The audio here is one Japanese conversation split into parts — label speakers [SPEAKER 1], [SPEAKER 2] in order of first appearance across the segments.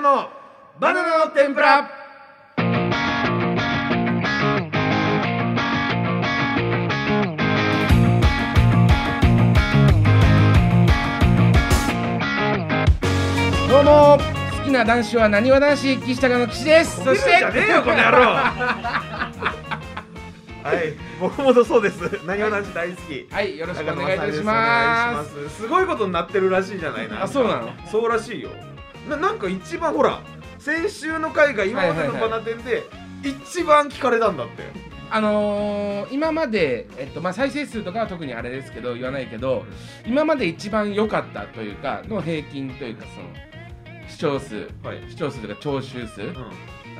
[SPEAKER 1] のバナナの天ぷら
[SPEAKER 2] どうも好きな男子はなにわ男子岸高の岸ですそ
[SPEAKER 1] そし
[SPEAKER 2] して
[SPEAKER 1] じゃね
[SPEAKER 2] て
[SPEAKER 1] えよこの 野郎はい僕もそうですなにわ男子大好き
[SPEAKER 2] はいよろしくお
[SPEAKER 1] 中村
[SPEAKER 2] 願いい
[SPEAKER 1] さ
[SPEAKER 2] た
[SPEAKER 1] んです
[SPEAKER 2] します
[SPEAKER 1] お願いしますすごいことになってるらしいじゃないな
[SPEAKER 2] あそうなの
[SPEAKER 1] そうらしいよななんか一番ほら先週の回が今までのバナテンで一番聞かれたんだって、
[SPEAKER 2] あのー、今まで、えっとまあ、再生数とかは特にあれですけど言わないけど今まで一番良かったというかの平均というかその視聴数
[SPEAKER 1] はい
[SPEAKER 2] 視聴数というか聴衆数
[SPEAKER 1] うん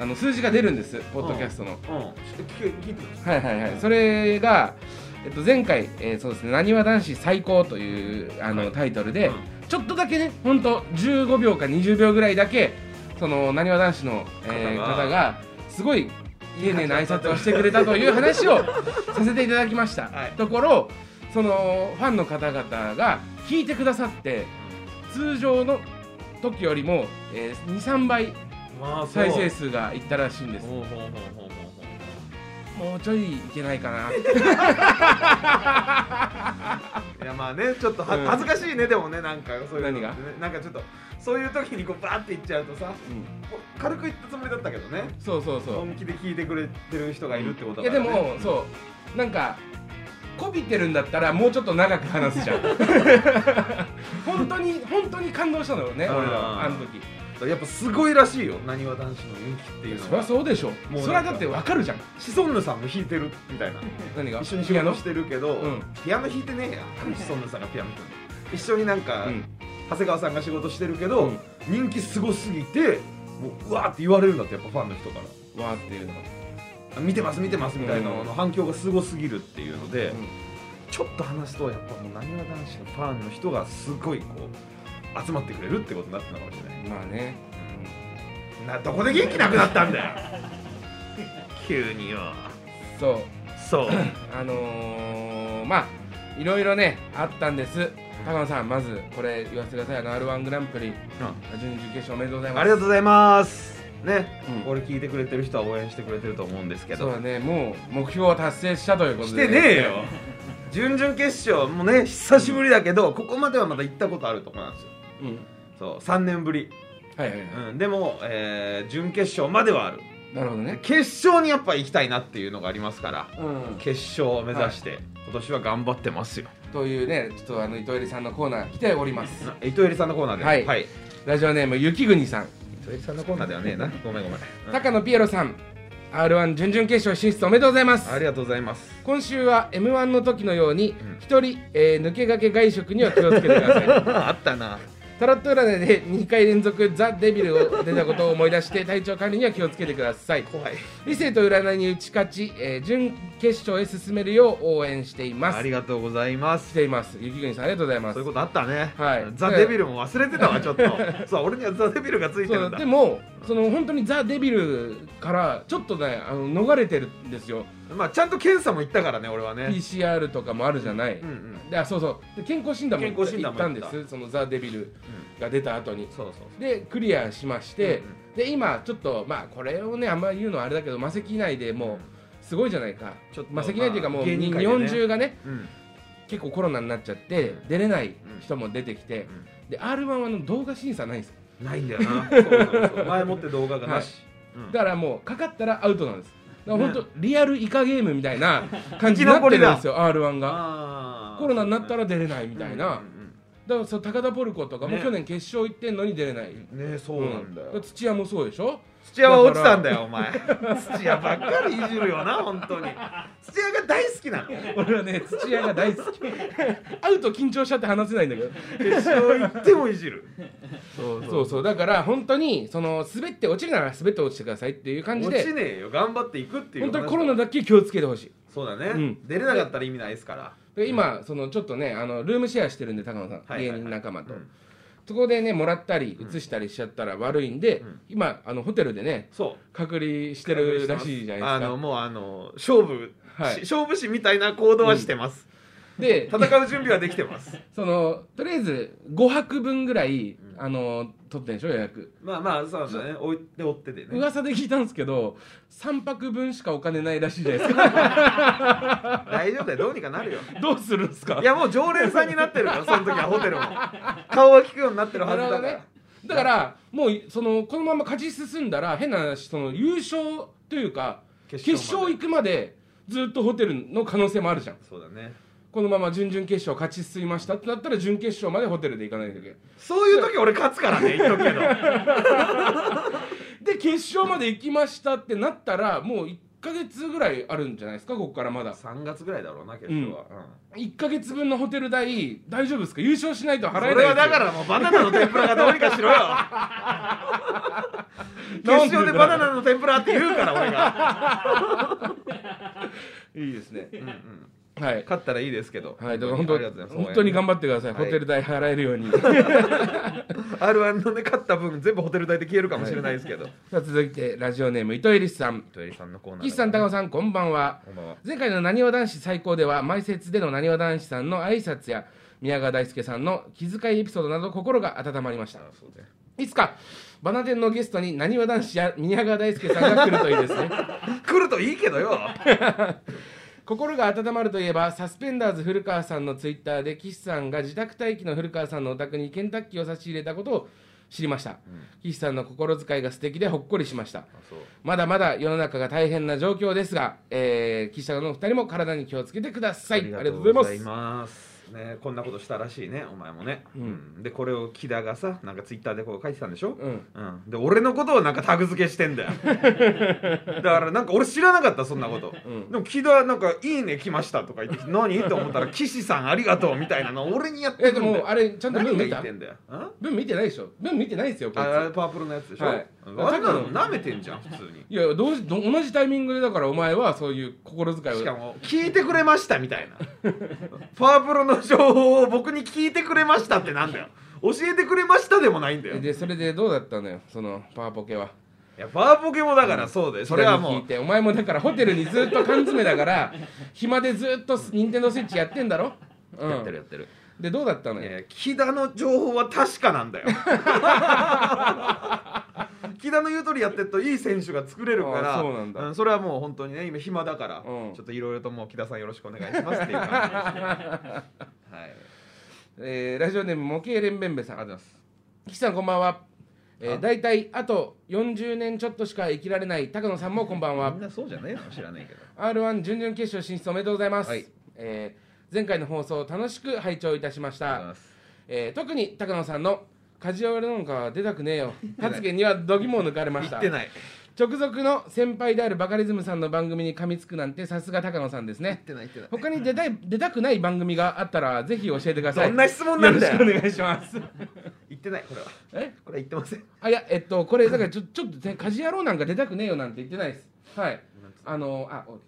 [SPEAKER 2] あの数字が出るんですポッドキャストの、
[SPEAKER 1] うん聞け聞いてます
[SPEAKER 2] はいはいはいそれが、えっと、前回、えーそうですね「なにわ男子最高」というあの、
[SPEAKER 1] はい
[SPEAKER 2] タイトルで、
[SPEAKER 1] うん
[SPEAKER 2] ちょっとだけねほんと15秒か20秒ぐらいだけそのなにわ男子の、えー
[SPEAKER 1] 方が
[SPEAKER 2] 方がすごい丁寧な挨拶をしてくれたという話を させていただきました、
[SPEAKER 1] はい
[SPEAKER 2] ところそのファンの方々が聞いてくださって通常の時よりも、え23倍
[SPEAKER 1] まあそう
[SPEAKER 2] 再生数がいったらしいんです
[SPEAKER 1] ほうほうほうほうほうほ
[SPEAKER 2] もうちょいいけない かな
[SPEAKER 1] ういやまあねちょっとは
[SPEAKER 2] うん
[SPEAKER 1] 恥ずかしいねでもねなんかそういうのってね
[SPEAKER 2] 何が
[SPEAKER 1] なんかちょっとそういう時にこうバーっていっちゃうとさ
[SPEAKER 2] うん
[SPEAKER 1] こう軽く言ったつもりだったけどね
[SPEAKER 2] そうそうそう
[SPEAKER 1] 本気で聞いてくれてる人がいるってこと
[SPEAKER 2] いや
[SPEAKER 1] だ
[SPEAKER 2] で
[SPEAKER 1] から、ね、
[SPEAKER 2] もそうなんかこびてるんだったらもうちょっと長く話すじゃん 本当に本当に感動したのよね
[SPEAKER 1] うん
[SPEAKER 2] 俺らあの時
[SPEAKER 1] やっぱすごいらしいよなにわ男子の人気っていうのは
[SPEAKER 2] そりゃそうでしょ
[SPEAKER 1] もうなんか
[SPEAKER 2] そりゃだってわかるじゃん
[SPEAKER 1] シソンヌさんも弾いてるみたいな
[SPEAKER 2] 何が
[SPEAKER 1] 一緒に仕
[SPEAKER 2] ピアノ
[SPEAKER 1] 事してるけど、
[SPEAKER 2] うん
[SPEAKER 1] ピアノ弾いてねえやシソンヌさんがピアノ弾いてる一緒になんか、
[SPEAKER 2] うん
[SPEAKER 1] 長谷川さんが仕事してるけど、
[SPEAKER 2] うん
[SPEAKER 1] 人気すごすぎてもううわーって言われるんだってやっぱファンの人から
[SPEAKER 2] わーっていうの
[SPEAKER 1] あ見てます見てますみたいなの
[SPEAKER 2] うん
[SPEAKER 1] の反響がすごすぎるっていうので、
[SPEAKER 2] うん
[SPEAKER 1] ちょっと話すとやっぱもうなにわ男子のファンの人がすごいこう集まってくれるってことになってたのかもしれない
[SPEAKER 2] まあね
[SPEAKER 1] などこで元気なくなったんだよ急によ
[SPEAKER 2] うんそう
[SPEAKER 1] そう
[SPEAKER 2] あのー、まあいろいろねあったんです高野さんまずこれ言わせてくださいあの r 1グランプリ準々決勝おめでとうございます
[SPEAKER 1] ありがとうございますね、
[SPEAKER 2] うん
[SPEAKER 1] これ聞いてくれてる人は応援してくれてると思うんですけ
[SPEAKER 2] そ
[SPEAKER 1] ど
[SPEAKER 2] うだねもう目標を達成したということ
[SPEAKER 1] し
[SPEAKER 2] で
[SPEAKER 1] てねえ よ準々決勝もね久しぶりだけどここまではまだ行ったことあるとこなんですよ
[SPEAKER 2] うん
[SPEAKER 1] そう3年ぶり、
[SPEAKER 2] はいはいはい、
[SPEAKER 1] うん、でも、えー準決勝まではある
[SPEAKER 2] なるほどね
[SPEAKER 1] 決勝にやっぱ行きたいなっていうのがありますから
[SPEAKER 2] うん
[SPEAKER 1] 決勝を目指して、今年は頑張ってますよ
[SPEAKER 2] というねちょっとあの伊藤恵里さんのコーナー来ております
[SPEAKER 1] な伊藤恵里さんのコーナーでは
[SPEAKER 2] はい
[SPEAKER 1] はい、伊
[SPEAKER 2] ラジオネーム雪国さん
[SPEAKER 1] 藤恵里さんのコーナーではねえなごめんごめん、うん
[SPEAKER 2] 高野ピエロさん r 1準々決勝進出おめでとうございます
[SPEAKER 1] ありがとうござい ます
[SPEAKER 2] 今週は m 1の時のように
[SPEAKER 1] ん
[SPEAKER 2] 一人、えー抜け駆け外食には気をつけてくだ さい
[SPEAKER 1] あったな
[SPEAKER 2] タロット占いで2回連続ザ・デビルを出たことを思い出して体調管理には気をつけてください
[SPEAKER 1] 怖い
[SPEAKER 2] 理性と占いに打ち勝ち、えー準決勝へ進めるよう応援しています
[SPEAKER 1] ありがとうございま
[SPEAKER 2] 来
[SPEAKER 1] す
[SPEAKER 2] ています雪国さんありがとうございます
[SPEAKER 1] そういうことあったね、
[SPEAKER 2] はい
[SPEAKER 1] ザ・デビルも忘れてた わちょっとそう俺にはザ・デビルがついて
[SPEAKER 2] そ
[SPEAKER 1] るん
[SPEAKER 2] う
[SPEAKER 1] だ
[SPEAKER 2] でもその本当にザ・デビルからちょっとねあの逃れてるんですよ
[SPEAKER 1] まあちゃんと検査も行ったからね俺はね
[SPEAKER 2] PCR とかもあるじゃない、
[SPEAKER 1] うんうん
[SPEAKER 2] であそうそうで健康診断も行
[SPEAKER 1] 健康診
[SPEAKER 2] 行
[SPEAKER 1] 断
[SPEAKER 2] っ
[SPEAKER 1] も
[SPEAKER 2] た
[SPEAKER 1] 行
[SPEAKER 2] ん
[SPEAKER 1] った
[SPEAKER 2] ですそのザ・デビルが出た後に、
[SPEAKER 1] そうそうそう
[SPEAKER 2] でクリアしまして、
[SPEAKER 1] うん
[SPEAKER 2] で今ちょっとまあこれをねあんまり言うのはあれだけど魔石内でもうすごいじゃないか
[SPEAKER 1] ちょっと
[SPEAKER 2] 魔石内というかも
[SPEAKER 1] ま
[SPEAKER 2] う、
[SPEAKER 1] あ芸人界
[SPEAKER 2] 日
[SPEAKER 1] でね
[SPEAKER 2] 本中がね
[SPEAKER 1] うん
[SPEAKER 2] 結構コロナになっちゃって出れない人も出てきて、
[SPEAKER 1] ん
[SPEAKER 2] で r 1はあの動画審査ないんですよ
[SPEAKER 1] ないんだよなそうそうそう前もって動画がなし、うん
[SPEAKER 2] だからもうかかったらアウトなんですだから本当、リアルイカゲームみたい な感
[SPEAKER 1] 生
[SPEAKER 2] じ
[SPEAKER 1] き
[SPEAKER 2] になっ
[SPEAKER 1] 残
[SPEAKER 2] て
[SPEAKER 1] り
[SPEAKER 2] るん
[SPEAKER 1] だ
[SPEAKER 2] ですよ r 1が
[SPEAKER 1] あー
[SPEAKER 2] コロナになった
[SPEAKER 1] そう
[SPEAKER 2] ら出れないみたいな、
[SPEAKER 1] ね
[SPEAKER 2] だからそう高田ポルコとかも
[SPEAKER 1] ね
[SPEAKER 2] 去年決勝行ってんのに出れない、
[SPEAKER 1] うんうんうんねそうなんだよ、
[SPEAKER 2] うから土屋もそうで しょ
[SPEAKER 1] 土屋は落ちたんだよお前土屋ばっかりいじるよな本当に土屋が大好きなの
[SPEAKER 2] 俺はね土屋が大 好き会うと緊張しちゃって話せないんだけど
[SPEAKER 1] 決勝行ってもいじる
[SPEAKER 2] そうそうだから本当にその滑って落ちるなら滑って落ちてくださいっていう感じ
[SPEAKER 1] 落ち
[SPEAKER 2] で
[SPEAKER 1] ねえよ頑張っていくっていう
[SPEAKER 2] 本
[SPEAKER 1] 話
[SPEAKER 2] 当にコロナだけ気をつけてほしい
[SPEAKER 1] そうだね、
[SPEAKER 2] うん
[SPEAKER 1] 出れなかったら意味ないですから
[SPEAKER 2] で今そのちょっとねあのルームシェアしてるんで高野さん、
[SPEAKER 1] はいはいはい
[SPEAKER 2] 芸人仲間と、
[SPEAKER 1] うん
[SPEAKER 2] そこでねもらったり移したりしちゃったら悪いんで、
[SPEAKER 1] ん
[SPEAKER 2] 今あのホテルでね
[SPEAKER 1] そう
[SPEAKER 2] 隔離してるらしいじゃない
[SPEAKER 1] あ
[SPEAKER 2] です
[SPEAKER 1] の
[SPEAKER 2] か
[SPEAKER 1] もうあの勝負、
[SPEAKER 2] はい
[SPEAKER 1] し勝負師みたいな行動はしてます、
[SPEAKER 2] で
[SPEAKER 1] 戦う準備はできて ます
[SPEAKER 2] そのとりあえず5泊分ぐらい、
[SPEAKER 1] うん
[SPEAKER 2] あの取ってんでしょ予約
[SPEAKER 1] まあまあそうだね追って追っててね
[SPEAKER 2] 噂で聞いたんですけど3泊分しかお金ないらしいじゃないですか
[SPEAKER 1] 大丈夫だよどうにかなるよ
[SPEAKER 2] どうするんですか
[SPEAKER 1] いやもう常連さんになってるからその時はホテルも顔は聞くようになってるは
[SPEAKER 2] な
[SPEAKER 1] ず
[SPEAKER 2] る
[SPEAKER 1] だ
[SPEAKER 2] ほ
[SPEAKER 1] か
[SPEAKER 2] ど
[SPEAKER 1] ら、
[SPEAKER 2] ねだからもうそのこのまま勝ち進んだら変な話その優勝というか決勝
[SPEAKER 1] まで
[SPEAKER 2] 行くまでずっとホテルの可能性もあるじゃん
[SPEAKER 1] そうだね
[SPEAKER 2] このまま準々決勝勝ち進みましたってなったら準決勝までホテルで行かないといけない
[SPEAKER 1] そういう時俺勝つから ね言っとくけど
[SPEAKER 2] で決勝まで行きましたってなったらもう1ヶ月ぐらいあるんじゃないですかここからまだ
[SPEAKER 1] 3月ぐらいだろうな決勝は、うん
[SPEAKER 2] 1ヶ月分のホテル代大丈夫ですか優勝しないと払え
[SPEAKER 1] そ
[SPEAKER 2] ない
[SPEAKER 1] れはだかららもうバナナの天ぷらがどうにかし ろよ決勝でバナナの天ぷらって言うから俺が、
[SPEAKER 2] いいですね
[SPEAKER 1] うんうん
[SPEAKER 2] はい
[SPEAKER 1] 勝ったらいいですけど
[SPEAKER 2] はい、だから本当
[SPEAKER 1] ありがとうございます
[SPEAKER 2] 本当に頑張ってください、
[SPEAKER 1] はい
[SPEAKER 2] ホテル代払えるように
[SPEAKER 1] R1 のね勝った分全部ホテル代で消えるかもしれないですけど
[SPEAKER 2] さあ続いてラジオネーム糸井りさん
[SPEAKER 1] 糸井さんのコーナー
[SPEAKER 2] 岸さん高尾さんこんばんは
[SPEAKER 1] こんばんは
[SPEAKER 2] 前回のなにわ男子最高では前説でのなにわ男子さんの挨拶や宮川大輔さんの気遣いエピソードなど心が温まりました
[SPEAKER 1] あそうね
[SPEAKER 2] いつかバナテンのゲストになにわ男子や宮川大輔さんが来るといいですね
[SPEAKER 1] 来るといいけど よ
[SPEAKER 2] 心が温まるといえばサスペンダーズ古川さんのツイッターで岸さんが自宅待機の古川さんのお宅にケンタッキーを差し入れたことを知りました、岸さんの心遣いが素敵でほっこりしましたまだまだ世の中が大変な状況ですが、えー、岸さんのお二人も体に気をつけてくださいありがとうございま
[SPEAKER 1] ま
[SPEAKER 2] す
[SPEAKER 1] すねこんなことしたらしいねお前もね、
[SPEAKER 2] うん
[SPEAKER 1] うんでこれを木田がさなんかツイッターでこう書いてたんでしょ、
[SPEAKER 2] う
[SPEAKER 1] う
[SPEAKER 2] ん
[SPEAKER 1] んで俺のことをなんかタグ付けしてんだ よだからなんか俺知らなかったそんなこと、
[SPEAKER 2] うん
[SPEAKER 1] でも木田なんか「いいね来ました」とか言って「 何?」と思ったら「岸さんありがとう」みたいなの俺にやって
[SPEAKER 2] え
[SPEAKER 1] くん
[SPEAKER 2] で
[SPEAKER 1] だよ
[SPEAKER 2] もあれちゃんと
[SPEAKER 1] 何
[SPEAKER 2] 文
[SPEAKER 1] が
[SPEAKER 2] 見
[SPEAKER 1] 言ったてんだよん
[SPEAKER 2] 文見てないでしょ文見てないですよこい
[SPEAKER 1] あ
[SPEAKER 2] つ
[SPEAKER 1] あれパープルのやつでしょ、
[SPEAKER 2] はい
[SPEAKER 1] あんなの舐めてんじゃん普通に
[SPEAKER 2] いやどうしど同じタイミングでだからお前はそういう心遣いを
[SPEAKER 1] しかも聞いてくれましたみたいなパープルの情報を僕に聞いてくれましたってなんだよ教えてくれましたでもないんだよい
[SPEAKER 2] でそれでどうだったのよそのパワーポケは
[SPEAKER 1] やパーポケもだからそうで、よそれは
[SPEAKER 2] 聞
[SPEAKER 1] も
[SPEAKER 2] いてお前もだからホテルにずっと缶詰だから 暇でずっと任天堂スイッチやってんだろ、
[SPEAKER 1] う
[SPEAKER 2] う
[SPEAKER 1] やってる
[SPEAKER 2] ん、
[SPEAKER 1] やってる、
[SPEAKER 2] でどうだったの
[SPEAKER 1] い
[SPEAKER 2] よ
[SPEAKER 1] や木田の情報は確か なんだよ木田の言う通りやってるといい選手が作れるから
[SPEAKER 2] あそうなんだ
[SPEAKER 1] それはもう本当にね今暇だから、
[SPEAKER 2] うん
[SPEAKER 1] ちょっといろいろともう木田さんよろしくお願いしますっていう感じですね はい
[SPEAKER 2] えーラジオネーム模型連弁べさん
[SPEAKER 1] りがとうございます
[SPEAKER 2] 岸さんこんばんは、
[SPEAKER 1] あ
[SPEAKER 2] えー、大体あと40年ちょっとしか生きられない高野さんもこんばんは
[SPEAKER 1] みんなそうじゃねえの知らねえけど
[SPEAKER 2] r 1準々決勝進出おめでとうございます、
[SPEAKER 1] はい
[SPEAKER 2] えー前回の放送楽しく拝聴いたしまし
[SPEAKER 1] ありがとうござい
[SPEAKER 2] た
[SPEAKER 1] ま、す
[SPEAKER 2] えー特に高野さんの「梶原なんか出たくねえよ」発言には度肝を抜かれまし
[SPEAKER 1] 言
[SPEAKER 2] た
[SPEAKER 1] ってない
[SPEAKER 2] 直属の先輩であるバカリズムさんの番組に噛みつくなんてさすが高野さんですね
[SPEAKER 1] 言ってない言ってない
[SPEAKER 2] 他に 出たい出たくない番組があったらぜひ教えてください
[SPEAKER 1] どんな質問なんだよ
[SPEAKER 2] よろしくお願いします
[SPEAKER 1] 言ってないこれは
[SPEAKER 2] え
[SPEAKER 1] これは言ってません
[SPEAKER 2] あいやえっとこれだからちょちょっとね「家事野郎なんか出たくねえよ」なんて言ってないですはいあのあお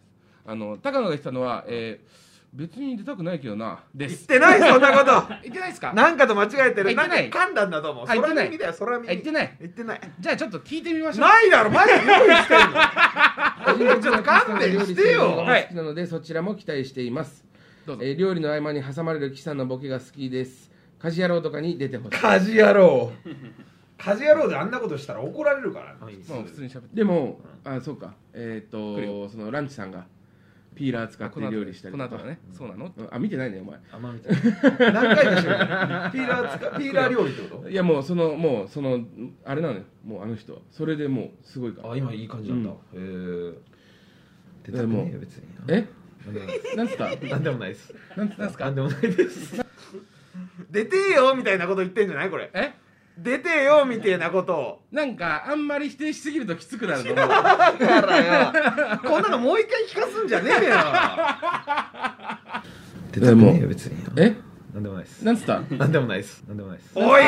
[SPEAKER 2] あの高野が言ってたのは、えー別に出たくないけどなで
[SPEAKER 1] 言っ
[SPEAKER 2] す
[SPEAKER 1] てないそんなこと
[SPEAKER 2] 言ってないですか
[SPEAKER 1] なんかと間違えてる
[SPEAKER 2] あ言ってない
[SPEAKER 1] んか噛んだんだと思う
[SPEAKER 2] あ言ってない
[SPEAKER 1] 空耳だよ空耳
[SPEAKER 2] あ言ってない
[SPEAKER 1] 言ってない
[SPEAKER 2] じゃあちょっと聞いてみましょう
[SPEAKER 1] ないだろマジで用意してんの ちょっと勘弁してよ
[SPEAKER 2] はい、好きなのでそちらも期待しています。
[SPEAKER 1] どうぞ
[SPEAKER 2] えー料理の合間に挟まれる岸さんのボケが好きです。家事野郎とかに出てほしい。
[SPEAKER 1] 家事野郎 家事野郎であんなことしたら怒られるからな
[SPEAKER 2] もう普通に喋って。でも、あそうか。えっ、
[SPEAKER 3] 来る
[SPEAKER 2] とそのランチさんがピーラー使って料理したり
[SPEAKER 3] この後はね、そうなの
[SPEAKER 2] うんあ見てないねお前。
[SPEAKER 1] 甘みたいな何回でしょうピーラー 使ピーラー料理ってこ
[SPEAKER 2] いやもうそのもうそのあれなのよ。もうあの人それでもうすごいか
[SPEAKER 1] と
[SPEAKER 2] ら。
[SPEAKER 1] あ今いい感じだったへえ出たくねえよ別に
[SPEAKER 2] え？
[SPEAKER 1] なんでもない
[SPEAKER 2] なんつった？
[SPEAKER 1] なんでもないです
[SPEAKER 2] なんつったんすか？
[SPEAKER 1] なんでもないです出てえよみたいなこと言ってんじゃないこれ
[SPEAKER 2] え？
[SPEAKER 1] 出てえよみたいなことを
[SPEAKER 2] なんかあんまり否定しすぎるときつくなると思う。
[SPEAKER 1] だからよ こんなのもう一回聞かすんじゃねえよ出
[SPEAKER 2] たくねえよ
[SPEAKER 1] 別に
[SPEAKER 2] え？
[SPEAKER 1] なんでもないです
[SPEAKER 2] なんつった？
[SPEAKER 1] なんでもないですなんでもないですおいもう
[SPEAKER 2] は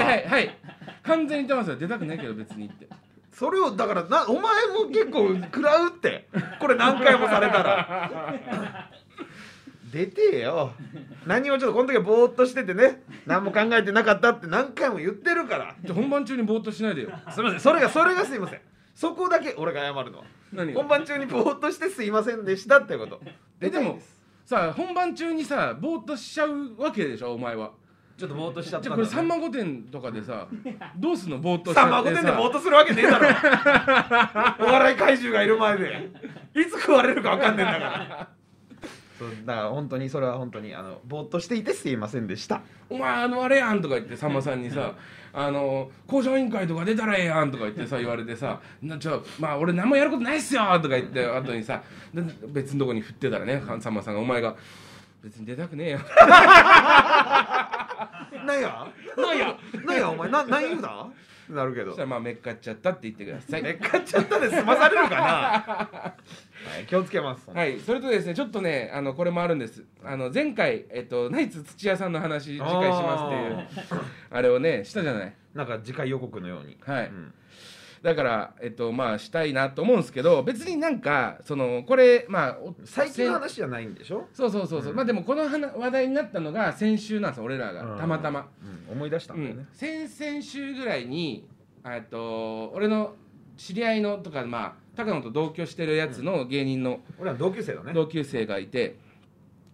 [SPEAKER 2] いはいはい完全に言ってますよ出たくないけど別にって
[SPEAKER 1] それをだからなお前も結構食らうってこれ何回もされたら 出てえよ何もちょっとこの時はぼーっとしててね何も考えてなかったって何回も言ってるから
[SPEAKER 2] じゃあ本番中にぼーっとしないでよ
[SPEAKER 1] すみませんそれがそれがすいませんそこだけ俺が謝るのは
[SPEAKER 2] 何が
[SPEAKER 1] 本番中にぼーっとしてすいませんでしたってこと
[SPEAKER 2] えでもさ本番中にさぼーっとしちゃうわけでしょお前は
[SPEAKER 1] ちょっとぼーっとしちゃった
[SPEAKER 2] じゃ
[SPEAKER 1] ん
[SPEAKER 2] あ
[SPEAKER 1] だ
[SPEAKER 2] こ
[SPEAKER 1] ね
[SPEAKER 2] れ「さんま御殿」とか でさどうすんのぼーっとしち
[SPEAKER 1] さん
[SPEAKER 2] ゃ
[SPEAKER 1] ま
[SPEAKER 2] っ
[SPEAKER 1] 御
[SPEAKER 2] て
[SPEAKER 1] 殿で
[SPEAKER 2] さ
[SPEAKER 1] ぼーっとするわけねえだ ろお笑い怪獣がいる前でいつ食われるかわかんねえんだからそうだから本当にそれは本当にあのぼーっとしていてすいませんでした
[SPEAKER 2] お前あのあれやんとか言ってさんまさんにさ 「あの交渉委員会とか出たらええやん」とか言っ てさ言われてさ「なちょまあ俺何もやることないっすよ」とか言って後にさで別のとこに振ってたらねさんまさんがお前が「別に出たくねえよ」
[SPEAKER 1] なんや
[SPEAKER 2] なんや
[SPEAKER 1] なんやお前な何言うだってなるけ
[SPEAKER 2] そ
[SPEAKER 1] ど
[SPEAKER 2] したらまあめっかっちゃったって言ってください
[SPEAKER 1] めっかっちゃったで済まされるかなはい気をつけます
[SPEAKER 2] はい、それとですね、ちょっとね、あのこれもあるんです。あの前回、えっと、ナイツ土屋さんの話、次回しますっていう。あれをね、したじゃない。
[SPEAKER 1] なんか次回予告のように
[SPEAKER 2] はい
[SPEAKER 1] うん
[SPEAKER 2] だから、えっと、まあ、したいなと思うんですけど、別になんか、その、これ、まあ、お
[SPEAKER 1] 最近の話じゃないんでしょ
[SPEAKER 2] そうそうそうそう、まあ、でも、この話話題になったのが先週なんですよ、俺ら
[SPEAKER 1] う
[SPEAKER 2] が、
[SPEAKER 1] ん
[SPEAKER 2] たまたま。
[SPEAKER 1] うん思い出した
[SPEAKER 2] うん
[SPEAKER 1] だよね
[SPEAKER 2] ん、先々週ぐらいに、えっと、俺の知り合いのとか、まあ、高野と同居してるやつの芸人の。
[SPEAKER 1] 俺は同級生だね
[SPEAKER 2] 同級生がいて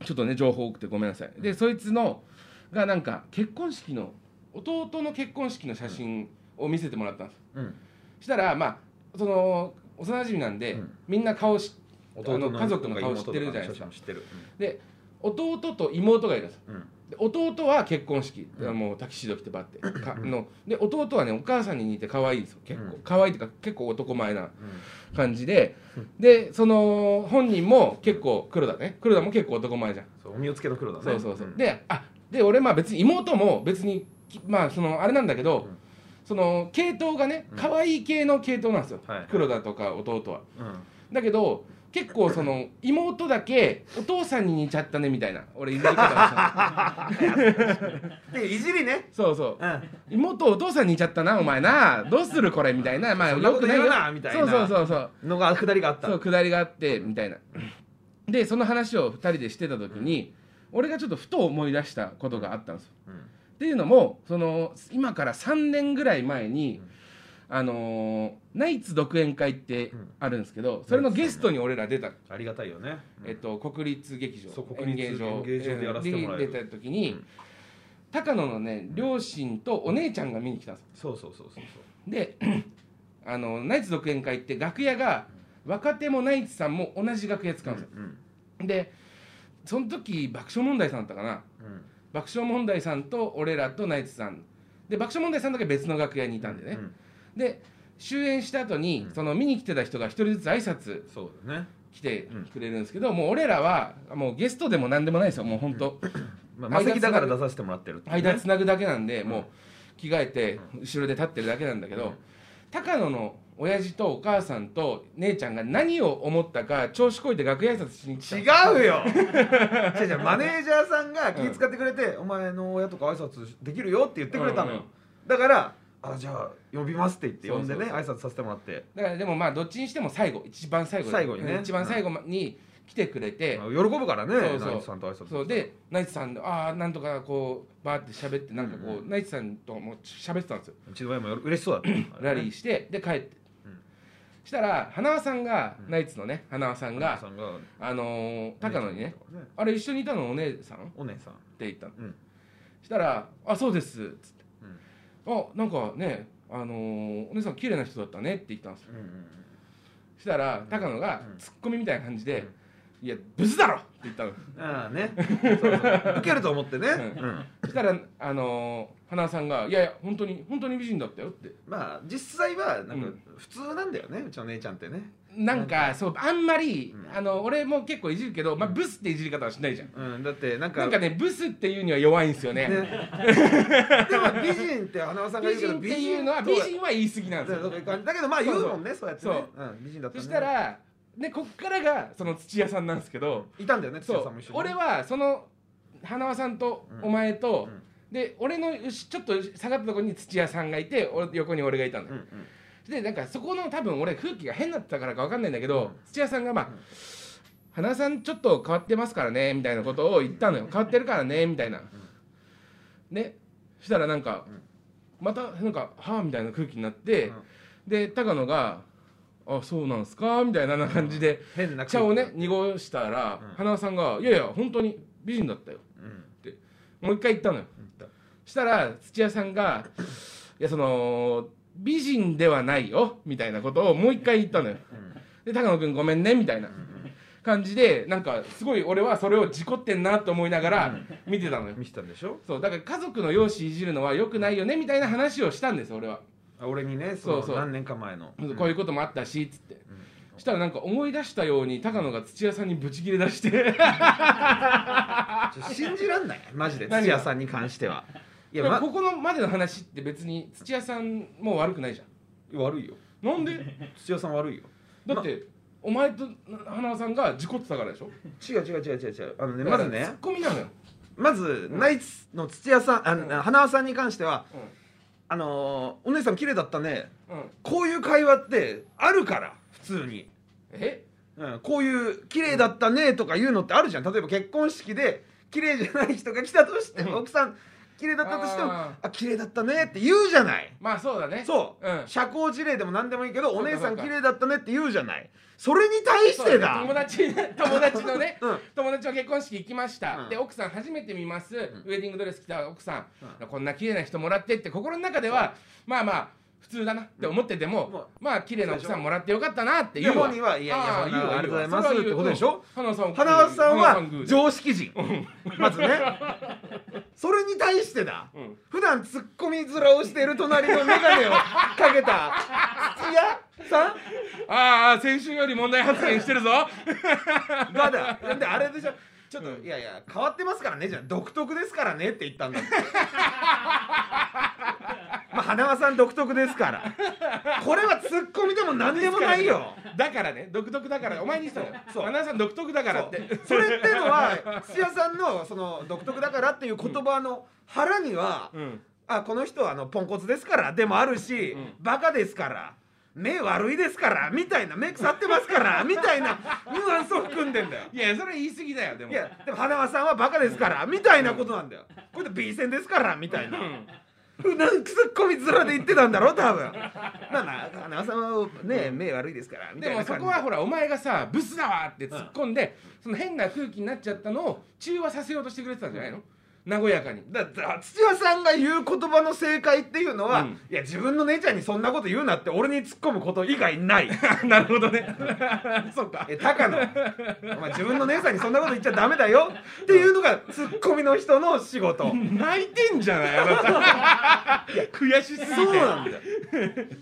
[SPEAKER 2] ちょっとね情報多くてごめんなさいでそいつのがなんか結婚式の弟の結婚式の写真を見せてもらったんです
[SPEAKER 1] うん
[SPEAKER 2] したらまあその幼馴染なんで、
[SPEAKER 1] うん
[SPEAKER 2] みんな顔し
[SPEAKER 1] 弟の
[SPEAKER 2] あの家族の顔知ってるじゃない
[SPEAKER 1] 妹と
[SPEAKER 2] で
[SPEAKER 1] か
[SPEAKER 2] すか
[SPEAKER 1] の写真知ってる
[SPEAKER 2] で弟と妹がいるんです
[SPEAKER 1] うんうん
[SPEAKER 2] で弟は結婚式、
[SPEAKER 1] うん
[SPEAKER 2] もうタキシード着てバ ッてかので弟はねお母さんに似て可愛いんですよ結構、
[SPEAKER 1] うん
[SPEAKER 2] 可愛いっていうか結構男前な
[SPEAKER 1] うん
[SPEAKER 2] 感じで、でその本人も結構黒田ね黒田も結構男前じゃん
[SPEAKER 1] そうお身をつけの黒だね
[SPEAKER 2] そうそうそう、
[SPEAKER 1] ん
[SPEAKER 2] であで俺まあ別に妹も別にきまあそのあれなんだけど、
[SPEAKER 1] うん
[SPEAKER 2] その系統がね
[SPEAKER 1] うん
[SPEAKER 2] 可愛い系の系統なんですよ、
[SPEAKER 1] はい
[SPEAKER 2] 黒田とか弟は
[SPEAKER 1] うん
[SPEAKER 2] だけど結構その妹だけお父さんに似ちゃったねみたいな俺いじり方した
[SPEAKER 1] でいじりね
[SPEAKER 2] そうそう
[SPEAKER 1] うん
[SPEAKER 2] 妹お父さんに似ちゃったなお前などうするこれみたいなまあ
[SPEAKER 1] そんなこと
[SPEAKER 2] 良く
[SPEAKER 1] 言うなみたいな
[SPEAKER 2] そうそうそうそう
[SPEAKER 1] のが下りがあった
[SPEAKER 2] そう下りがあってみたいなでその話を2人でしてた時に、俺がちょっとふと思い出したことがあったんですよ
[SPEAKER 1] うん
[SPEAKER 2] っていうのもその今から3年ぐらい前に、あのーナイツ独演会って
[SPEAKER 1] うん
[SPEAKER 2] あるんですけど、それのゲストに俺ら出た、
[SPEAKER 1] ありがたいよねうん
[SPEAKER 2] えっと、国立劇場
[SPEAKER 1] そう
[SPEAKER 2] 演
[SPEAKER 1] 国立
[SPEAKER 2] 芸場
[SPEAKER 1] 演芸場でやらせてもらえる
[SPEAKER 2] うんで出た時に、
[SPEAKER 1] うん
[SPEAKER 2] 高野のね両親とお姉ちゃんが見に来たんですよ
[SPEAKER 1] そうそうそうそうそう
[SPEAKER 2] で あのナイツ独演会って楽屋が若手もナイツさんも同じ楽屋使うんですよ、
[SPEAKER 1] うん
[SPEAKER 2] でその時爆笑問題さんだったかな
[SPEAKER 1] うん
[SPEAKER 2] 爆笑問題さんと俺らとナイツさんで爆笑問題さんだけ別の楽屋にいたんでね、
[SPEAKER 1] うん
[SPEAKER 2] で終演した後に、
[SPEAKER 1] うん
[SPEAKER 2] その見に来てた人が一人ずつ挨拶
[SPEAKER 1] そうだね
[SPEAKER 2] 来て
[SPEAKER 1] うん
[SPEAKER 2] くれるんですけど、もう俺らはもうゲストでも何でもないですよもう本当、
[SPEAKER 1] まあマセキだから出させてもらってるっていうね
[SPEAKER 2] 間つなぐだけなんで、
[SPEAKER 1] うん
[SPEAKER 2] もう着替えて後ろで立ってるだけなんだけど、
[SPEAKER 1] うん
[SPEAKER 2] 高野の親父とお母さんと姉ちゃんが何を思ったか調子こいて楽屋挨拶しに来たんで
[SPEAKER 1] 違う
[SPEAKER 2] す
[SPEAKER 1] よ違う違うマネージャーさんが気遣ってくれて、お前の親とか挨拶できるよって言ってくれたのよ、
[SPEAKER 2] うんうん
[SPEAKER 1] だからあじゃあ呼びますって言って呼んでね
[SPEAKER 2] そうそ
[SPEAKER 1] 挨
[SPEAKER 2] う
[SPEAKER 1] 拶させてもらって
[SPEAKER 2] だからでもまあどっちにしても最後一番最後
[SPEAKER 1] 最後にね
[SPEAKER 2] 一番最後に来てくれて、
[SPEAKER 1] 喜ぶからね
[SPEAKER 2] そ
[SPEAKER 1] ナ
[SPEAKER 2] うそう
[SPEAKER 1] イツさんと挨拶
[SPEAKER 2] そうでナイツさんああなんとかこうバーって喋ってなんかこう、ナイツさんとも喋ってたんですよ
[SPEAKER 1] うちの親もよろ嬉しそうだった
[SPEAKER 2] ラリーしてで帰って、
[SPEAKER 1] うん
[SPEAKER 2] したら花輪さんが、
[SPEAKER 1] うん
[SPEAKER 2] ナイツのね花輪さん
[SPEAKER 1] お姉
[SPEAKER 2] が
[SPEAKER 1] さんが
[SPEAKER 2] あのー高野にね
[SPEAKER 1] お姉ちゃんとか
[SPEAKER 2] 「あれ一緒にいたのお姉さん?」って
[SPEAKER 1] お姉さん
[SPEAKER 2] 言ったの
[SPEAKER 1] うん
[SPEAKER 2] したら「あそうです」っつって「あなんかねあのーお姉さん綺麗な人だったね」って言ったんですよ
[SPEAKER 1] うんうん
[SPEAKER 2] したら高野が
[SPEAKER 1] うん
[SPEAKER 2] ツッコミみたいな感じで
[SPEAKER 1] うん
[SPEAKER 2] 「いやブスだろ!」って言ったの
[SPEAKER 1] うんああ ねそうそう受けると思ってね、
[SPEAKER 2] うん
[SPEAKER 1] うん
[SPEAKER 2] そしたらあのー花輪さんが「いやいや本当に本当に美人だったよ」って
[SPEAKER 1] まあ実際はなんか
[SPEAKER 2] うん
[SPEAKER 1] 普通なんだよねうちの姉ちゃんってね、
[SPEAKER 2] なんかそうあんまり、
[SPEAKER 1] うん
[SPEAKER 2] あの俺も結構いじるけど、まあ、ブスっていじり方はしないじゃん、
[SPEAKER 1] うん、だってなんか
[SPEAKER 2] なんかねブスっていうには弱いんですよ
[SPEAKER 1] ね
[SPEAKER 2] ね
[SPEAKER 1] でも美人って花輪さんが
[SPEAKER 2] 美
[SPEAKER 1] 言うけど
[SPEAKER 2] 人っていうのは美人は言い過ぎなんですよ
[SPEAKER 1] だけどまあ言うもんねそうやってねうん美人だった
[SPEAKER 2] そ
[SPEAKER 1] ね
[SPEAKER 2] したらねこっからがその土屋さんなんですけど、
[SPEAKER 1] いたんだよね土
[SPEAKER 2] そ
[SPEAKER 1] 屋さん
[SPEAKER 2] う
[SPEAKER 1] も一緒に
[SPEAKER 2] 俺はその花輪さんと
[SPEAKER 1] うん
[SPEAKER 2] お前と、
[SPEAKER 1] うん
[SPEAKER 2] で俺のうしちょっと下がったところに土屋さんがいてお横に俺がいたんだ
[SPEAKER 1] う
[SPEAKER 2] よ、
[SPEAKER 1] んうん
[SPEAKER 2] でなんかそこの多分俺空気が変だったからかわかんないんだけど、
[SPEAKER 1] うん
[SPEAKER 2] 土屋さんがまあ、
[SPEAKER 1] うん
[SPEAKER 2] 花さんちょっと変わってますからねみたいなことを言ったのよ変わってるからねみたいな、ねしたらなんか、
[SPEAKER 1] うん
[SPEAKER 2] またなんかはあみたいな空気になって、
[SPEAKER 1] うん
[SPEAKER 2] で高野が「あそうなんすかみたいな感じで
[SPEAKER 1] 変な
[SPEAKER 2] 茶をね
[SPEAKER 1] 空
[SPEAKER 2] 濁したら、
[SPEAKER 1] うん
[SPEAKER 2] 花輪さんが「いやいや本当に美人だったよ
[SPEAKER 1] 気うん」
[SPEAKER 2] ってもう一回言ったのよ
[SPEAKER 1] 言った
[SPEAKER 2] したら土屋さんが「いやその美人ではないよ」みたいなことをもう一回言ったのよで高野君ごめんねみたいな感じでなんかすごい俺はそれを事故ってんなと思いながら見てたのよ
[SPEAKER 1] 見せたんでしょ
[SPEAKER 2] そうだから家族の容姿いじるのは良くないよねみたいな話をしたんです俺は
[SPEAKER 1] あ俺にね
[SPEAKER 2] そう
[SPEAKER 1] そ
[SPEAKER 2] そう
[SPEAKER 1] の何年か前の
[SPEAKER 2] こういうこともあったしっつってしたらなんか思い出したように高野が土屋さんにブチ切れ出して
[SPEAKER 1] ちょ信じらんないマジで
[SPEAKER 2] 何が
[SPEAKER 1] 土屋さんに関してはいや、ま、
[SPEAKER 2] ここのまでの話って別に土屋さんも悪くないじゃ
[SPEAKER 1] 悪いよ
[SPEAKER 2] んなんで
[SPEAKER 1] 土屋さん悪いよ
[SPEAKER 2] だってお前と花輪さんが事故ってたからでしょ
[SPEAKER 1] 違う違う違う違う違うあのねまず
[SPEAKER 2] だ
[SPEAKER 1] ね
[SPEAKER 2] からツッコミなのよ、
[SPEAKER 1] まずナイツの土屋さんあの花輪さんに関してはあのーお姉さん綺麗だったね
[SPEAKER 2] うんうん、
[SPEAKER 1] こういう会話ってあるから普通に、
[SPEAKER 2] え
[SPEAKER 1] うん、こういう綺麗だったねとかいうのってあるじゃん例えば結婚式で綺麗じゃない人が来たとしても奥さん綺麗だったとしても
[SPEAKER 2] あ
[SPEAKER 1] あ綺麗だったねって言うじゃない
[SPEAKER 2] まあそうだね
[SPEAKER 1] そう、
[SPEAKER 2] うん
[SPEAKER 1] 社交辞令でも何でもいいけど
[SPEAKER 2] そ
[SPEAKER 1] お
[SPEAKER 2] うか
[SPEAKER 1] 姉さ
[SPEAKER 2] そうんか
[SPEAKER 1] 綺麗だったねって言うじゃないそれに対してだ
[SPEAKER 2] 友達友達のね、
[SPEAKER 1] うん
[SPEAKER 2] 友達の結婚式行きました、
[SPEAKER 1] うん
[SPEAKER 2] で奥さん初めて見ます、ウェディングドレス着た奥さん、
[SPEAKER 1] う
[SPEAKER 2] こんな綺麗な人もらってって心の中では、まあまあ普通だなって思ってても、
[SPEAKER 1] も
[SPEAKER 2] まあ綺麗な奥さんもらってよかったなって言う
[SPEAKER 1] で
[SPEAKER 2] わ
[SPEAKER 1] 本人はいやいや
[SPEAKER 2] あー
[SPEAKER 1] 花輪ありがとうございます
[SPEAKER 2] それは言
[SPEAKER 1] ってことでしょ
[SPEAKER 2] うん花輪さん
[SPEAKER 1] 花輪さんは
[SPEAKER 2] グーで
[SPEAKER 1] 常識人まずねそれに対してだ、
[SPEAKER 2] うん
[SPEAKER 1] 普段ツッコミ面をしている隣の眼鏡をかけた土屋さ
[SPEAKER 2] ああ先週より問題発言してるぞ
[SPEAKER 1] んがだだってあれでしょちょっと、いやいや変わってますからねじゃあ独特ですからねって言ったんだってまあ花輪さん独特ですからこれはツッコミでも何でもないよ
[SPEAKER 2] だからね独特だからお前にしたのよ
[SPEAKER 1] そう
[SPEAKER 2] 花輪さん独特だからって
[SPEAKER 1] それってのは土屋さんのその独特だからっていう言葉の腹には、
[SPEAKER 2] うん
[SPEAKER 1] あこの人はあのポンコツですからでもあるし、
[SPEAKER 2] うん
[SPEAKER 1] バカですから目悪いですからみたいな目腐ってます からみたいなニュアンスを含んでんだよ。
[SPEAKER 2] いやそれ言い過ぎだよでも
[SPEAKER 1] いやでも花輪さんはバカですからみたいなことなんだよ。これで B 戦ですからみたいうな。
[SPEAKER 2] ん
[SPEAKER 1] なんツッコミ面で言ってたんだろ多分。まあまあ花輪さんはね目悪いですからみた
[SPEAKER 2] で
[SPEAKER 1] い
[SPEAKER 2] も
[SPEAKER 1] な
[SPEAKER 2] そ
[SPEAKER 1] 感じ
[SPEAKER 2] こはほらお前がさブスだわって突っ込んで、その変な空気になっちゃったのを中和させようとしてくれてたんじゃないの、和やかに
[SPEAKER 1] だだ土屋さんが言う言葉の正解っていうのは、
[SPEAKER 2] うん
[SPEAKER 1] いや自分の姉ちゃんにそんなこと言うなって俺に突っ込むこと以外ない
[SPEAKER 2] なるほどねそっか
[SPEAKER 1] え高野お前自分の姉さんにそんなこと言っちゃダメだよっていうのがツッコミの人の仕事
[SPEAKER 2] 泣いてんじゃないあなた悔しすぎて
[SPEAKER 1] そうなんだよ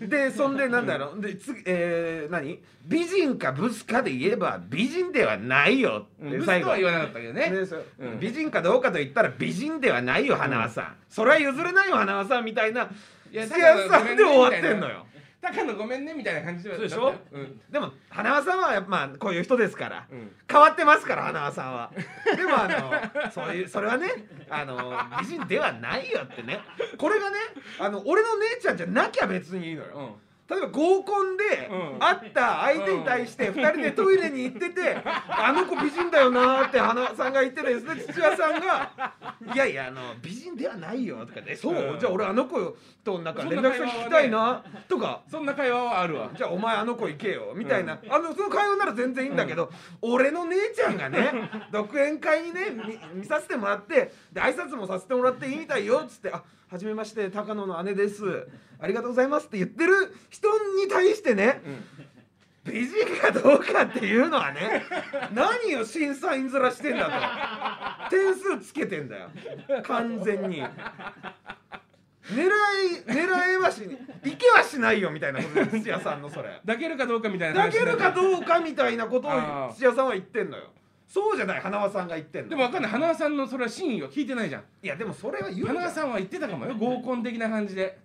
[SPEAKER 1] でそんでなんだろうでつ、えー何美人かブスかで言えば美人ではないよ
[SPEAKER 2] う
[SPEAKER 1] っ
[SPEAKER 2] ん
[SPEAKER 1] て
[SPEAKER 2] ブス
[SPEAKER 1] 最
[SPEAKER 2] と
[SPEAKER 1] 後
[SPEAKER 2] は言わなかったけどね
[SPEAKER 1] ねそう
[SPEAKER 2] うん
[SPEAKER 1] 美人かどうかと言ったら美人ではないよ花輪さん、それは譲れないよ花輪さんみたいない
[SPEAKER 2] や
[SPEAKER 1] 土屋さんで終わってんのよ
[SPEAKER 2] 高野ごめんねみたいな感じで
[SPEAKER 1] そうでしょ
[SPEAKER 2] うん
[SPEAKER 1] でも花輪さんはやっぱまあこういう人ですから、
[SPEAKER 2] うん
[SPEAKER 1] 変わってますから花輪さんはでもあのそういうそれはねあの美人ではないよってねこれがねあの俺の姉ちゃんじゃなきゃ別にいいのよ、
[SPEAKER 2] うん
[SPEAKER 1] 例えば合コンで
[SPEAKER 2] うん
[SPEAKER 1] 会った相手に対して2人でトイレに行ってて「あの子美人だよな」って花輪さんが言ってですね土屋さんが「いやいやあの美人ではないよ」とかで「そう、
[SPEAKER 2] うん
[SPEAKER 1] じゃあ俺あの子となんか
[SPEAKER 2] そんな
[SPEAKER 1] 連絡先聞きたい
[SPEAKER 2] 会
[SPEAKER 1] な」とか
[SPEAKER 2] そんな会話はあるわ
[SPEAKER 1] じゃあお前あの子行けよみたいな、あのその会話なら全然いいんだけど、俺の姉ちゃんがね独演会にね見見させてもらってで挨拶もさせてもらっていいみたいよっつって「あはじめまして高野の姉ですありがとうございます」って言ってる人に対してね、美人かどうかっていうのはね何を審査員面してんだと点数つけてんだよ完全に。狙い狙えはしいけはしないよみたいなことだよ土屋さんのそれ
[SPEAKER 2] 抱けるかどうかみたいな
[SPEAKER 1] 抱けるか
[SPEAKER 2] う
[SPEAKER 1] どうかみたいなことを
[SPEAKER 2] あー
[SPEAKER 1] 土屋さんは言ってんのよそうじゃない花輪さんが言ってんの
[SPEAKER 2] でもわかんない花輪さんのそれは真意は聞いてないじゃん
[SPEAKER 1] いやでもそれは言うじゃん
[SPEAKER 2] 花輪さんは言ってたかもよ合コン的な感じで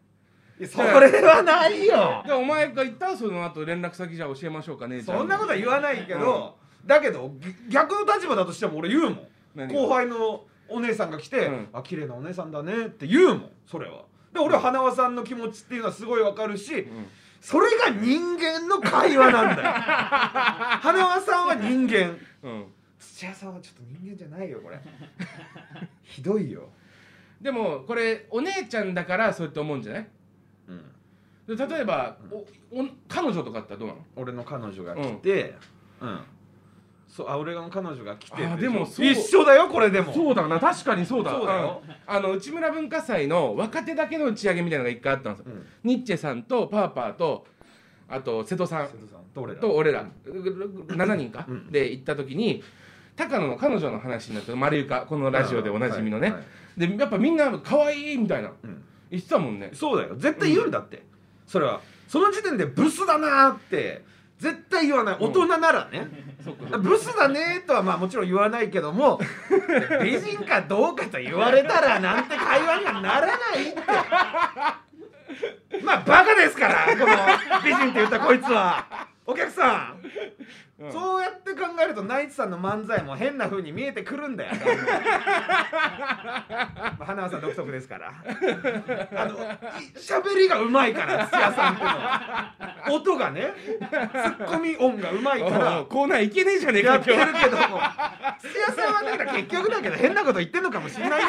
[SPEAKER 1] いやそれはないよ
[SPEAKER 2] でお前が言ったその後連絡先じゃあ教えましょうかね
[SPEAKER 1] そんなこととは言わないけど、だけどぎ逆の立場だとしても俺言うもん
[SPEAKER 2] 何
[SPEAKER 1] 後輩のお姉さんが来て「
[SPEAKER 2] うん
[SPEAKER 1] あ綺麗なお姉さんだね」って言うもんそれはで俺は花輪さんの気持ちっていうのはすごいわかるし、それが人間の会話なん だよ花輪さんは人間
[SPEAKER 2] うん
[SPEAKER 1] 土屋さんはちょっと人間じゃないよこれひどいよ、
[SPEAKER 2] でもこれお姉ちゃんだからそうやって思うんじゃない
[SPEAKER 1] うん、
[SPEAKER 2] で例えばおお彼女とかだったらどうなの
[SPEAKER 1] 俺の彼女が来てうん、そうあ俺の彼女が来て
[SPEAKER 2] あー
[SPEAKER 1] でしょ
[SPEAKER 2] でもそう
[SPEAKER 1] 一緒だよこれでも
[SPEAKER 2] そうだな確かにそうだ
[SPEAKER 1] そうだよ
[SPEAKER 2] うんあの内村文化祭の若手だけの打ち上げみたいなのが一回あったんですよ、
[SPEAKER 1] うん
[SPEAKER 2] ニッチェさんとパーパーとあと瀬戸さん
[SPEAKER 1] 瀬戸さんと俺ら
[SPEAKER 2] と俺ら、7人か、で行った時に高野の彼女の話になって「丸床」このラジオでおなじみのね、
[SPEAKER 1] はいはい
[SPEAKER 2] でやっぱみんな可愛いみたいな
[SPEAKER 1] うん
[SPEAKER 2] 言ってたもんね
[SPEAKER 1] そうだよ絶対言うんだって、それはその時点でブスだなーって絶対言わない大人ならね、ブスだねーとはまあもちろん言わないけども美人かどうかと言われたらなんて会話にはならないってまあバカですからこの美人って言ったこいつはお客さん、
[SPEAKER 2] うん
[SPEAKER 1] そうやって考えるとナイツさんの漫才も変な風に見えてくるんだよ まあ花輪さん独特ですからあのい喋りがうまいから土屋さんってのは音がねツッコミ音がうまいから
[SPEAKER 2] おうコーナーいけねえじゃねえか
[SPEAKER 1] やっ
[SPEAKER 2] 今日
[SPEAKER 1] てるけども土屋さんはだから結局だけど変なこと言ってんのかもしれないよ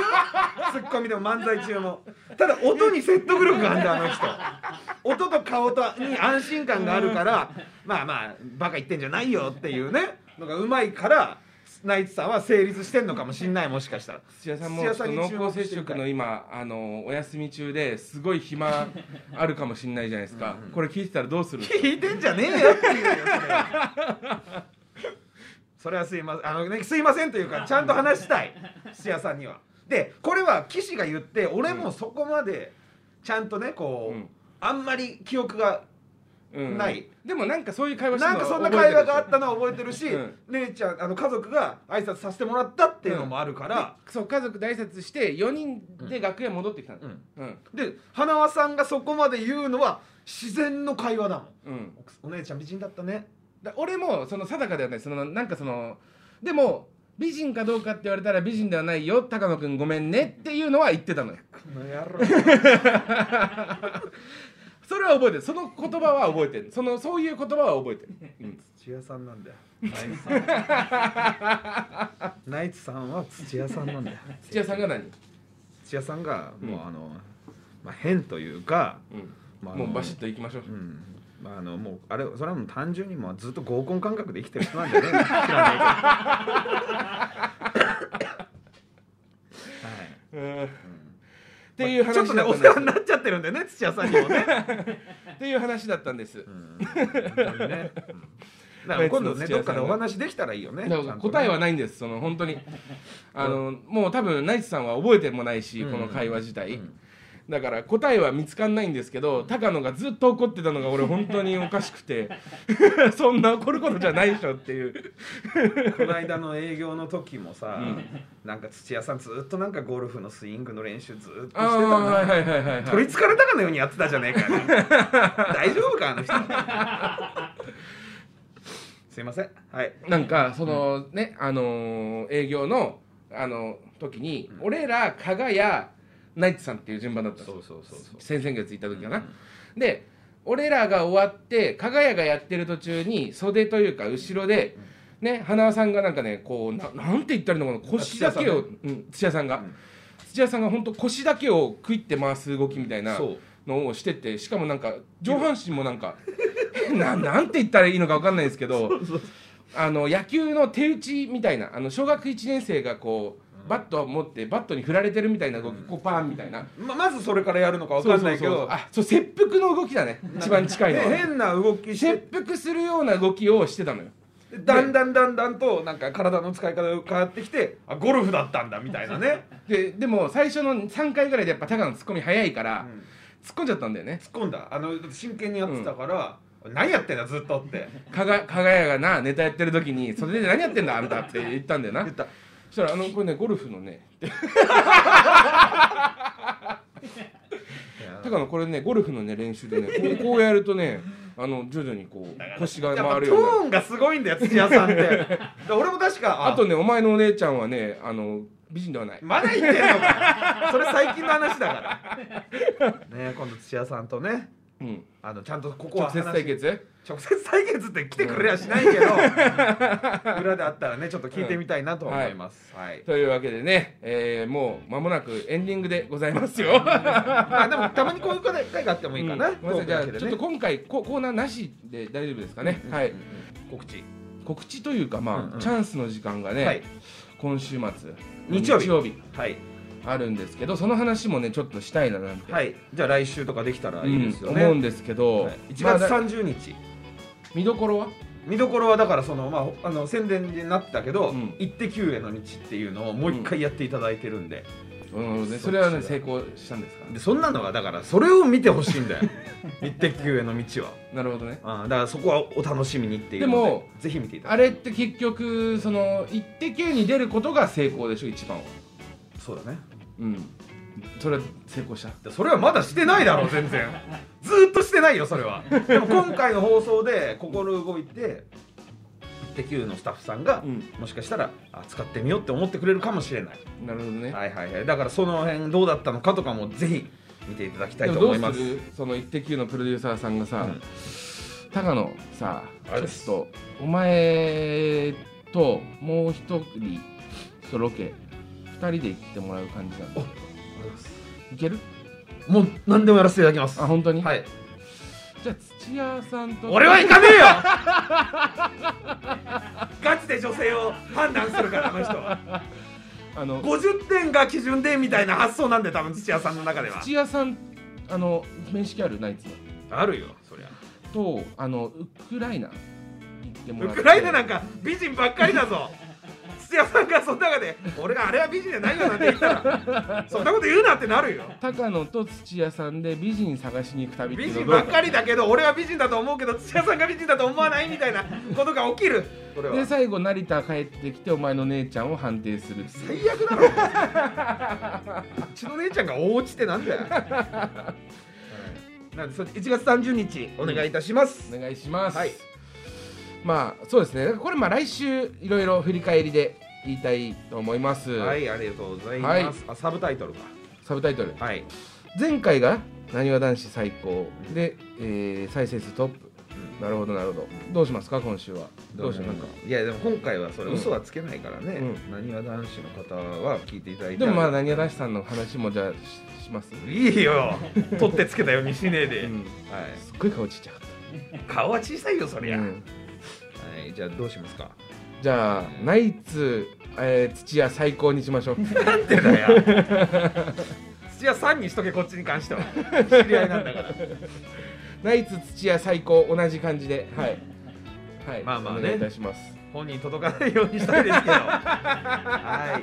[SPEAKER 1] ツッコミでも漫才中もただ音に説得力があるんだよあの人音と顔とに安心感があるからまあまあバカ言ってんじゃないよっていうねのがうまいからナイツさんは成立してんのかもしれないもしかしたら
[SPEAKER 2] 土屋さん
[SPEAKER 1] 土
[SPEAKER 2] もちょ
[SPEAKER 1] 屋
[SPEAKER 2] っ
[SPEAKER 1] さ
[SPEAKER 2] と
[SPEAKER 1] んに
[SPEAKER 2] 濃厚接触の今あのお休み中ですご い暇あるかもしれないじゃないですか、これ聞いてたらどうする
[SPEAKER 1] 聞いてんじゃねえよっていうよそれそれはすいませんあの、ね、すいませんというかちゃんと話したい土屋さんにはでこれは岸が言って俺もそこまでちゃんとねこう、
[SPEAKER 2] うん
[SPEAKER 1] あんまり記憶が
[SPEAKER 2] うん
[SPEAKER 1] ない
[SPEAKER 2] でもなんかそういう会話して
[SPEAKER 1] なんかそんな会話があったのは覚えてるし、
[SPEAKER 2] うん
[SPEAKER 1] 姉ちゃんあの家族が挨拶させてもらったっていうのもあるから、
[SPEAKER 2] そう家族で挨拶して4人で楽屋戻ってきたの
[SPEAKER 1] うん
[SPEAKER 2] うん
[SPEAKER 1] で花輪さんがそこまで言うのは自然の会話だもん
[SPEAKER 2] うん
[SPEAKER 1] お姉ちゃん美人だったね
[SPEAKER 2] だ俺もその定かではないそのなんかそのでも美人かどうかって言われたら美人ではないよ高野君ごめんねっていうのは言ってたのよ
[SPEAKER 1] この野郎
[SPEAKER 2] それは覚えてるその言葉は覚えてるそのそういう言葉は覚えてる、うん
[SPEAKER 1] 土屋さんなんだ よナイツさんは土屋さんなんだよ
[SPEAKER 2] 土屋さんが何、
[SPEAKER 1] 土屋さんがもう
[SPEAKER 2] うん
[SPEAKER 1] あの、まあ、変というか、まあ、あの
[SPEAKER 2] もうバシッといきましょう、
[SPEAKER 1] うんまあ、あのもうあれそれはもう単純にもうずっと合コン感覚で生きてる人なんじゃねえの知らないけどはい
[SPEAKER 2] っていう話
[SPEAKER 1] ち
[SPEAKER 2] だ
[SPEAKER 1] ょったとねお
[SPEAKER 2] っんです
[SPEAKER 1] 世話になっちゃってるんでね土屋さんにもね
[SPEAKER 2] っていう話だったんです、
[SPEAKER 1] うん本当にねうんだから今度ねどっかでお話できたらいいよね
[SPEAKER 2] だから答えは
[SPEAKER 1] ない
[SPEAKER 2] ないんですその本当にあのもう多分ナイツさんは覚えてもないし、
[SPEAKER 1] うん
[SPEAKER 2] この会話自体、
[SPEAKER 1] うん
[SPEAKER 2] だから答えは見つかんないんですけど高野がずっと怒ってたのが俺本当におかしく てそんな怒ることじゃないでしょっていう
[SPEAKER 1] この間の営業の時もさ、
[SPEAKER 2] うん
[SPEAKER 1] なんか土屋さんずっとなんかゴルフのスイングの練習ずっとしてた
[SPEAKER 2] ああはい
[SPEAKER 1] の
[SPEAKER 2] はいはいはい、は
[SPEAKER 1] 取
[SPEAKER 2] い
[SPEAKER 1] り、つかれたかのようにやってたじゃねえかよ 大丈夫かあの人すいませんはい
[SPEAKER 2] なんかそのねあのー営業のあの時に、俺ら加賀やナイツさんっていう順番だったんですよ
[SPEAKER 1] そうそうそ
[SPEAKER 2] 先々月行った時かな、で俺らが終わって加賀谷がやってる途中に袖というか後ろで、ね花輪さんがなんかねこうななんて言ったらいいのかな腰だけをうん土屋さんが、
[SPEAKER 1] ん
[SPEAKER 2] 土屋さんが本当腰だけをクイって回す動きみたいな
[SPEAKER 1] そう
[SPEAKER 2] のをしててしかもなんか上半身もなんかななんて言ったらいいのか分かんないですけどあの野球の手打ちみたいなあの小学1年生がこうバットを持ってバットに振られてるみたいな動き、こうパーンみたいな。
[SPEAKER 1] ままずそれからやるのかわかんないけど
[SPEAKER 2] そうそうそうあそう切腹の動 きだね一番近いのは
[SPEAKER 1] で変な動きして
[SPEAKER 2] 切腹するような動きをしてたのよ
[SPEAKER 1] でだんだんだんだんとなんか体の使い方が変わってきてあゴルフだったんだみたいなね
[SPEAKER 2] ででも最初の3回ぐらいでやっぱ高野のツッコミ早いから、
[SPEAKER 1] うん
[SPEAKER 2] 突っ込んじゃったんだよね
[SPEAKER 1] 突っ込んだあの真剣にやってたから、何やってんだずっとって
[SPEAKER 2] かが加賀谷がなネタやってる時に「それで何やってんだあんた」って言ったんだよ な
[SPEAKER 1] 言った
[SPEAKER 2] そしたら「あのこれねゴルフのね高野これねゴルフのね練習でねこ うこうやるとねあの徐々にこう腰
[SPEAKER 1] や
[SPEAKER 2] が
[SPEAKER 1] っぱ
[SPEAKER 2] 回
[SPEAKER 1] ト
[SPEAKER 2] るようになる
[SPEAKER 1] ーンがすごいんだよ土屋さんって だから俺も確か
[SPEAKER 2] あとねお前のお姉ちゃんはねあの美人ではない
[SPEAKER 1] まだ言ってんのかそれ最近の話だからね今度土屋さんとね
[SPEAKER 2] うん、
[SPEAKER 1] あのちゃんとここは
[SPEAKER 2] 直
[SPEAKER 1] 話
[SPEAKER 2] 接対決
[SPEAKER 1] 直接対決って来てくれやしないけど、裏であったらねちょっと聞いてみたいなとは思います、はい
[SPEAKER 2] というわけでね、えーもう間もなくエンディングでございますよ。
[SPEAKER 1] まあでもたまにこういう会があってもいいかな、
[SPEAKER 2] うんごめんなさいじゃあ、
[SPEAKER 1] トークだけ
[SPEAKER 2] ち
[SPEAKER 1] で
[SPEAKER 2] ょっ
[SPEAKER 1] ね
[SPEAKER 2] と今回ココーナーなしで大丈夫ですかね、はい
[SPEAKER 1] 告知
[SPEAKER 2] 告知というかまあ、
[SPEAKER 1] うんうん
[SPEAKER 2] チャンスの時間がね、
[SPEAKER 1] はい
[SPEAKER 2] 今週末
[SPEAKER 1] 日曜日
[SPEAKER 2] 日
[SPEAKER 1] はい
[SPEAKER 2] あるんですけどその話もねちょっとしたいななんて、
[SPEAKER 1] はいじゃあ来週とかできたら
[SPEAKER 2] う
[SPEAKER 1] いい
[SPEAKER 2] ん
[SPEAKER 1] ですよね、
[SPEAKER 2] 思うんですけど、
[SPEAKER 1] はい1月
[SPEAKER 2] まあだ
[SPEAKER 1] 30日、
[SPEAKER 2] 見どころは
[SPEAKER 1] 見どころはだからその、まあ、あの宣伝になったけど「
[SPEAKER 2] うん
[SPEAKER 1] イッテ Q への道」っていうのをもう一回やっていただいてるんで,、
[SPEAKER 2] う
[SPEAKER 1] そ
[SPEAKER 2] ん
[SPEAKER 1] っちだ
[SPEAKER 2] それはね成功したんですか
[SPEAKER 1] でそんなのはだからそれを見てほしいん だよ「イッテ Q への道は」
[SPEAKER 2] なるほどね
[SPEAKER 1] あーだからそこはお楽しみにっていうので
[SPEAKER 2] でも
[SPEAKER 1] ぜひ見ていただ
[SPEAKER 2] あれって結局その「イッテ Q!」に出ることが成功でしょ一番は
[SPEAKER 1] きそうだね
[SPEAKER 2] うんそれは成功した
[SPEAKER 1] でそれはまだしてないだろ全然ずーっとしてないよそれはでも今回の放送で心動いて「イッテ Q!」のスタッフさんが、
[SPEAKER 2] うん
[SPEAKER 1] もしかしたらあ使ってみようって思ってくれるかもしれない
[SPEAKER 2] なるほどね、
[SPEAKER 1] はいはいはいだからその辺どうだったのかとかもぜひ見ていただきたい
[SPEAKER 2] で
[SPEAKER 1] と
[SPEAKER 2] もど
[SPEAKER 1] 思
[SPEAKER 2] う
[SPEAKER 1] います
[SPEAKER 2] するその「イッテ Q!」のプロデューサーさんがさ、
[SPEAKER 1] うん
[SPEAKER 2] 高野さ
[SPEAKER 1] あれで
[SPEAKER 2] ちょっとお前ともう一人ちょっとロケ二人で行ってもらう感じなんだいける
[SPEAKER 1] もう何でもやらせていただきます
[SPEAKER 2] あ本当に、
[SPEAKER 1] はい
[SPEAKER 2] じゃあ土屋さんと
[SPEAKER 1] 俺は行かねえよ ガチで女性を判断するからあの人は
[SPEAKER 2] あの
[SPEAKER 1] 50点が基準でみたいな発想なんで多分土屋さんの中では
[SPEAKER 2] 土屋さんあの面識あるナイツの
[SPEAKER 1] あるよそりゃ
[SPEAKER 2] とあのウクライナ行っても
[SPEAKER 1] ウ
[SPEAKER 2] らって
[SPEAKER 1] クライナなんか美人ばっかりだぞ土屋さんがその中で俺があれは美人じゃないよなんて言ったらそんなこと言うなってなるよ
[SPEAKER 2] 高野と土屋さんで美人探しに行く旅ってい
[SPEAKER 1] 美
[SPEAKER 2] うの
[SPEAKER 1] 人
[SPEAKER 2] どう
[SPEAKER 1] ばっかりだけど俺は美人だと思うけど土屋さんが美人だと思わないみたいなことが起きるこれ
[SPEAKER 2] で
[SPEAKER 1] は
[SPEAKER 2] 最後成田帰ってきてお前の姉ちゃんを判定するっていう
[SPEAKER 1] 最悪だろうちの姉ちゃんが大落ちって なんだよはいなんでそれ1月30日お願いいたします、
[SPEAKER 2] お願いします、
[SPEAKER 1] はい
[SPEAKER 2] まあそうですねこれまあ来週いろいろ振り返りで言いたいと思います、
[SPEAKER 1] はいありがとうございます、あサブタイトルか
[SPEAKER 2] サブタイトル
[SPEAKER 1] はい
[SPEAKER 2] 前回がなにわ男子最高で、えー再生数トップ、なるほどなるほどどうしますか今週はどうしようなんか
[SPEAKER 1] いやでも今回はそれ
[SPEAKER 2] うん
[SPEAKER 1] 嘘はつけないからね
[SPEAKER 2] う
[SPEAKER 1] なにわ男子の方は聞いていただいて
[SPEAKER 2] でもまあなにわ男子さんの話もじゃあしします、
[SPEAKER 1] いいよ取ってつけたようにしねえで、
[SPEAKER 2] うん
[SPEAKER 1] は
[SPEAKER 2] すっごい顔ちっちゃかっ
[SPEAKER 1] い、顔は小さいよそ
[SPEAKER 2] た、
[SPEAKER 1] りゃ、
[SPEAKER 2] うん
[SPEAKER 1] はい、じゃあどうしますか
[SPEAKER 2] じゃあナイツ、えー土屋最高にしましょう
[SPEAKER 1] なんでだよ土屋さんにしとけこっちに関しては知り合いなんだから
[SPEAKER 2] ナイツ土屋最高同じ感じではいはい
[SPEAKER 1] まあまあね
[SPEAKER 2] お願いいたします
[SPEAKER 1] 本人届かないようにしたいですけどは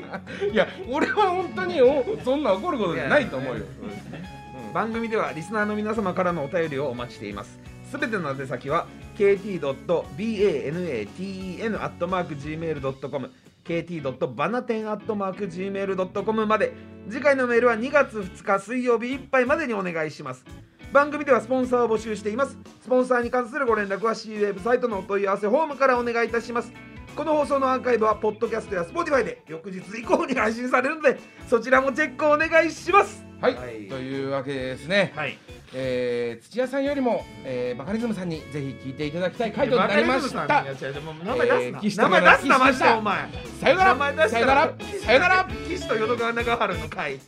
[SPEAKER 1] い
[SPEAKER 2] や俺は本当におそんな怒ることじゃないと思うよ
[SPEAKER 1] そうですね番組ではリスナーの皆様からのお便りをお待ちしていますすべての宛先は kt.banaten.gmail.com kt.banaten.gmail.com まで次回のメールは2月2日水曜日いっぱいまでにお願いします番組ではスポンサーを募集していますスポンサーに関するご連絡は C ウェブサイトのお問い合わせフォームからお願いいたしますこの放送のアーカイブはポッドキャストや Spotify で翌日以降に配信されるのでそちらもチェックをお願いします
[SPEAKER 2] はい、
[SPEAKER 1] はい
[SPEAKER 2] というわけでですね、
[SPEAKER 1] はい
[SPEAKER 2] えー土屋さんよりも、えーバカリズムさんにぜひ聞いていただきたい回答になりました
[SPEAKER 1] バカリズムさんのやつやでも名前出すな、
[SPEAKER 2] えー
[SPEAKER 1] 名前出すな
[SPEAKER 2] 岸田
[SPEAKER 1] マジでお前
[SPEAKER 2] さよなら
[SPEAKER 1] 名前出した
[SPEAKER 2] さよならさよなら
[SPEAKER 1] 岸と淀川長春の会